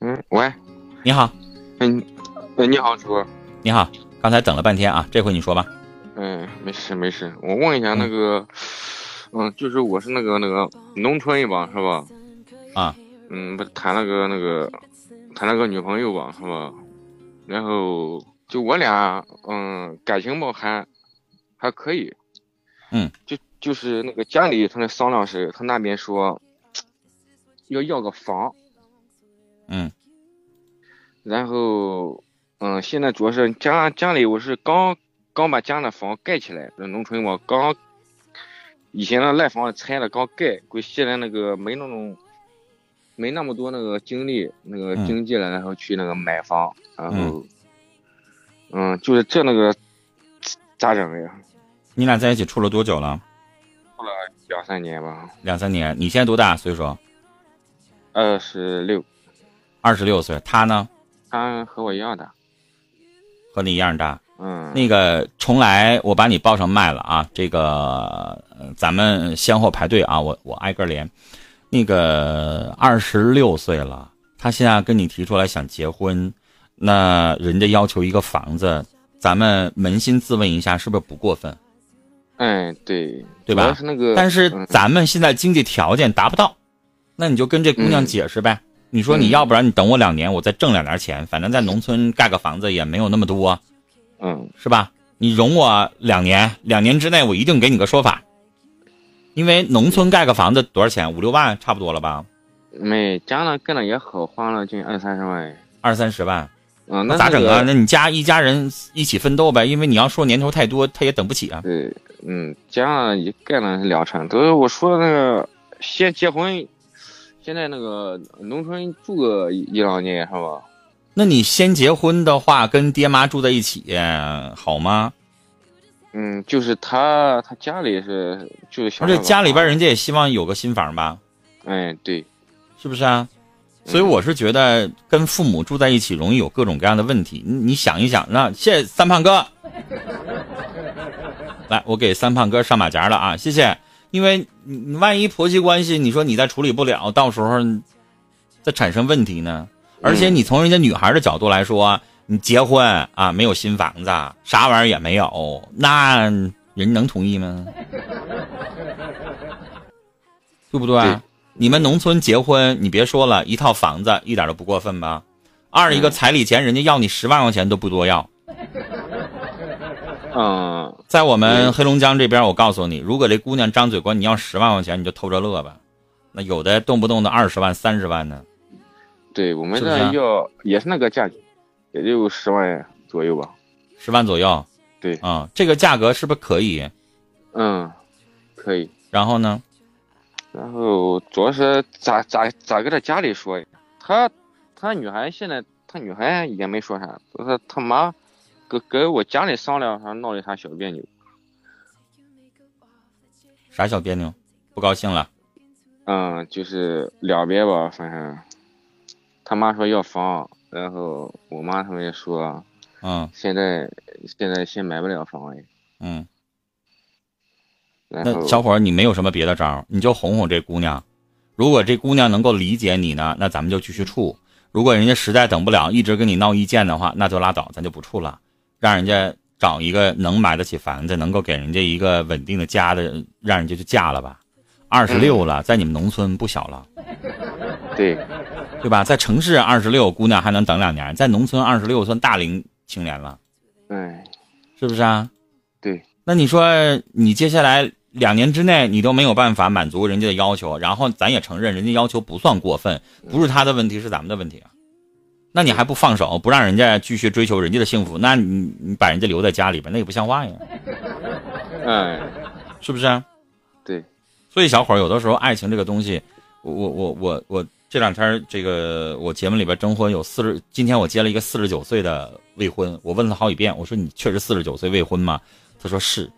嗯，喂，你好，嗯，嗯，你好，主播。你好，刚才等了半天啊，这回你说吧。嗯，没事没事，我问一下那个，嗯，就是我是那个那个农村一帮是吧？啊，嗯，不是谈了个那个谈了个女朋友吧是吧？然后就我俩，嗯，感情吧还还可以。嗯，就就是那个家里他那商量是，他那边说要要个房，嗯然后，嗯，现在主要是家家里我是刚刚把家那房盖起来，这农村嘛，刚以前那烂房子拆了，刚盖，估计现在那个没那种没那么多那个精力，那个嗯经济了，然后去那个买房，然后嗯，嗯，就是这那个咋整呀？你俩在一起处了多久了？两三年吧，两三年。你现在多大岁数？二十六，二十六岁。他呢，他和我一样大，和你一样大。嗯，那个，重来，我把你报上麦了啊。这个，呃咱们先后排队啊，我我挨个连。那个二十六岁了，他现在跟你提出来想结婚，那人家要求一个房子，咱们扪心自问一下，是不是不过分？哎，对，对主要吧是那个，但是嗯咱们现在经济条件达不到，那你就跟这姑娘解释呗。你说你嗯要不然你等我两年，我再挣两年钱，反正在农村盖个房子也没有那么多，嗯是吧？你容我两年，两年之内我一定给你个说法。因为农村盖个房子多少钱？五六万差不多了吧？没家那干的也好，花了近二三十万。二三十万，嗯，那那咋整啊？那个那你家一家人一起奋斗呗，因为你要说年头太多，他也等不起啊。对，嗯，加上也干了两成，都是我说的那个先结婚，现在那个农村住个一一两年是吧？那你先结婚的话，跟爹妈住在一起好吗？嗯，就是他他家里是就是想而且着家里边吧，人家也希望有个新房吧。哎，对，是不是啊？所以我是觉得跟父母住在一起容易有各种各样的问题。你你想一想，那谢谢三胖哥， 来，我给三胖哥上马甲了啊，谢谢。因为你你万一婆媳关系，你说你再处理不了，到时候再产生问题呢。而且你从人家女孩的角度来说，你结婚啊，没有新房子，啥玩意儿也没有，那人能同意吗？ 对不对？对你们农村结婚，你别说了，一套房子一点都不过分吧？二一个嗯彩礼钱，人家要你十万块钱都不多要。嗯，在我们嗯黑龙江这边，我告诉你，如果这姑娘张嘴管你要十万块钱，你就偷着乐吧。那有的动不动的二十万、三十万呢。对我们是不是啊这要也是那个价，也就十万左右吧。十万左右。对啊、这个价格是不是可以？嗯，可以。然后呢，然后主要是咋咋咋跟他家里说呀？他他女孩现在他女孩也没说啥，他他妈跟跟我家里商量，还闹了一啥小别扭。啥小别扭？不高兴了？嗯，就是两边吧，反正他妈说要房，然后我妈他们也说嗯现在现在先买不了房哎。嗯。然后那小伙儿，你没有什么别的招儿，你就哄哄这姑娘。如果这姑娘能够理解你呢，那咱们就继续处；如果人家实在等不了，一直跟你闹意见的话，那就拉倒，咱就不处了，让人家找一个能买得起房子、能够给人家一个稳定的家的，让人家就嫁了吧。二十嗯六了，在你们农村不小了。对，对吧？在城市二十六，姑娘还能等两年；在农村二十六算大龄青年了，哎，是不是啊？对。那你说，你接下来两年之内，你都没有办法满足人家的要求，然后咱也承认人家要求不算过分，不是他的问题，是咱们的问题啊。那你还不放手，不让人家继续追求人家的幸福，那你你把人家留在家里边，那也不像话呀，哎，是不是、啊？对，所以小伙儿，有的时候爱情这个东西，我我我我我这两天儿这个我节目里边征婚有四十，今天我接了一个四十九岁的未婚，我问了好几遍，我说你确实四十九岁未婚吗？他说是，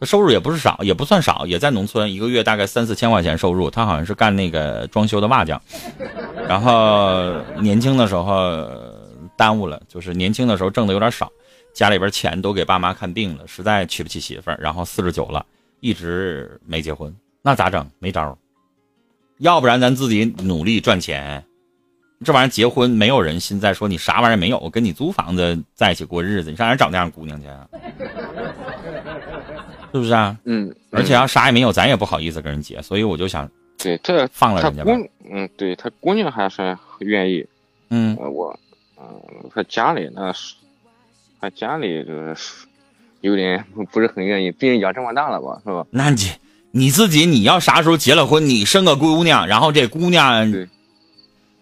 他收入也不是少，也不算少，也在农村，一个月大概三四千块钱收入，他好像是干那个装修的瓦匠，然后年轻的时候呃耽误了，就是年轻的时候挣的有点少，家里边钱都给爸妈看病了，实在娶不起媳妇儿，然后四十九了，一直没结婚。那咋整？没招儿要不然咱自己努力赚钱，这玩意儿结婚没有人现在说你啥玩意儿没有，我跟你租房子在一起过日子，你上哪儿找那样的姑娘去啊？ 是不是啊？嗯，而且要啥也没有，咱也不好意思跟人结，所以我就想对这放了他人家吧姑。嗯，对他姑娘还是愿意，嗯，呃我，嗯，他家里那是，他家里就是有点不是很愿意，毕竟养这么大了吧，是吧？那你你自己你要啥时候结了婚，你生个姑娘，然后这姑娘对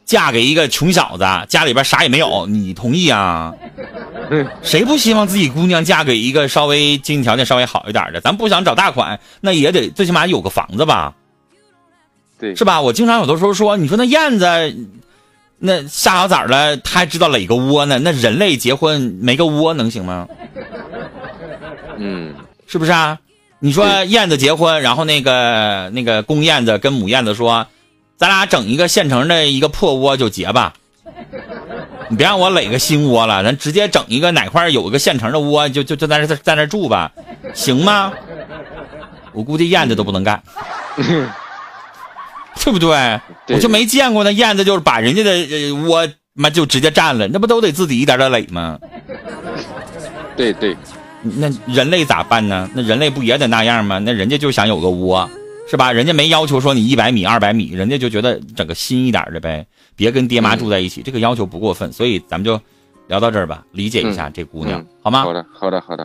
嫁给一个穷小子，家里边啥也没有，你同意啊？嗯，谁不希望自己姑娘嫁给一个稍微经济条件稍微好一点的？咱不想找大款，那也得最起码有个房子吧，对，是吧？我经常有的时候说，你说那燕子，那下小崽儿了，她还知道垒个窝呢。那人类结婚没个窝能行吗？嗯，是不是啊？你说燕子结婚，然后那个那个公燕子跟母燕子说，咱俩整一个现成的一个破窝就结吧，你别让我垒个新窝了，咱直接整一个哪块儿有一个现成的窝，就就就在那在那住吧，行吗？我估计燕子都不能干，对不对？对我就没见过那燕子就是把人家的呃窝妈就直接占了，那不都得自己一点点垒吗？对对那人类咋办呢？那人类不也得那样吗？那人家就想有个窝，是吧？人家没要求说你一百米、二百米，人家就觉得整个新一点的呗，别跟爹嗯妈住在一起，这个要求不过分。所以咱们就聊到这儿吧，理解一下这姑娘，嗯好吗？好的好的好的，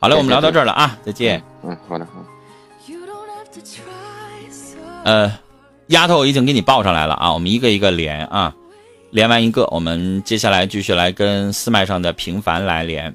好嘞，对我们聊到这儿了啊，再见。嗯，好的，嗯呃，丫头已经给你报上来了啊，我们一个一个连啊，连完一个，我们接下来继续来跟四麦上的平凡来连。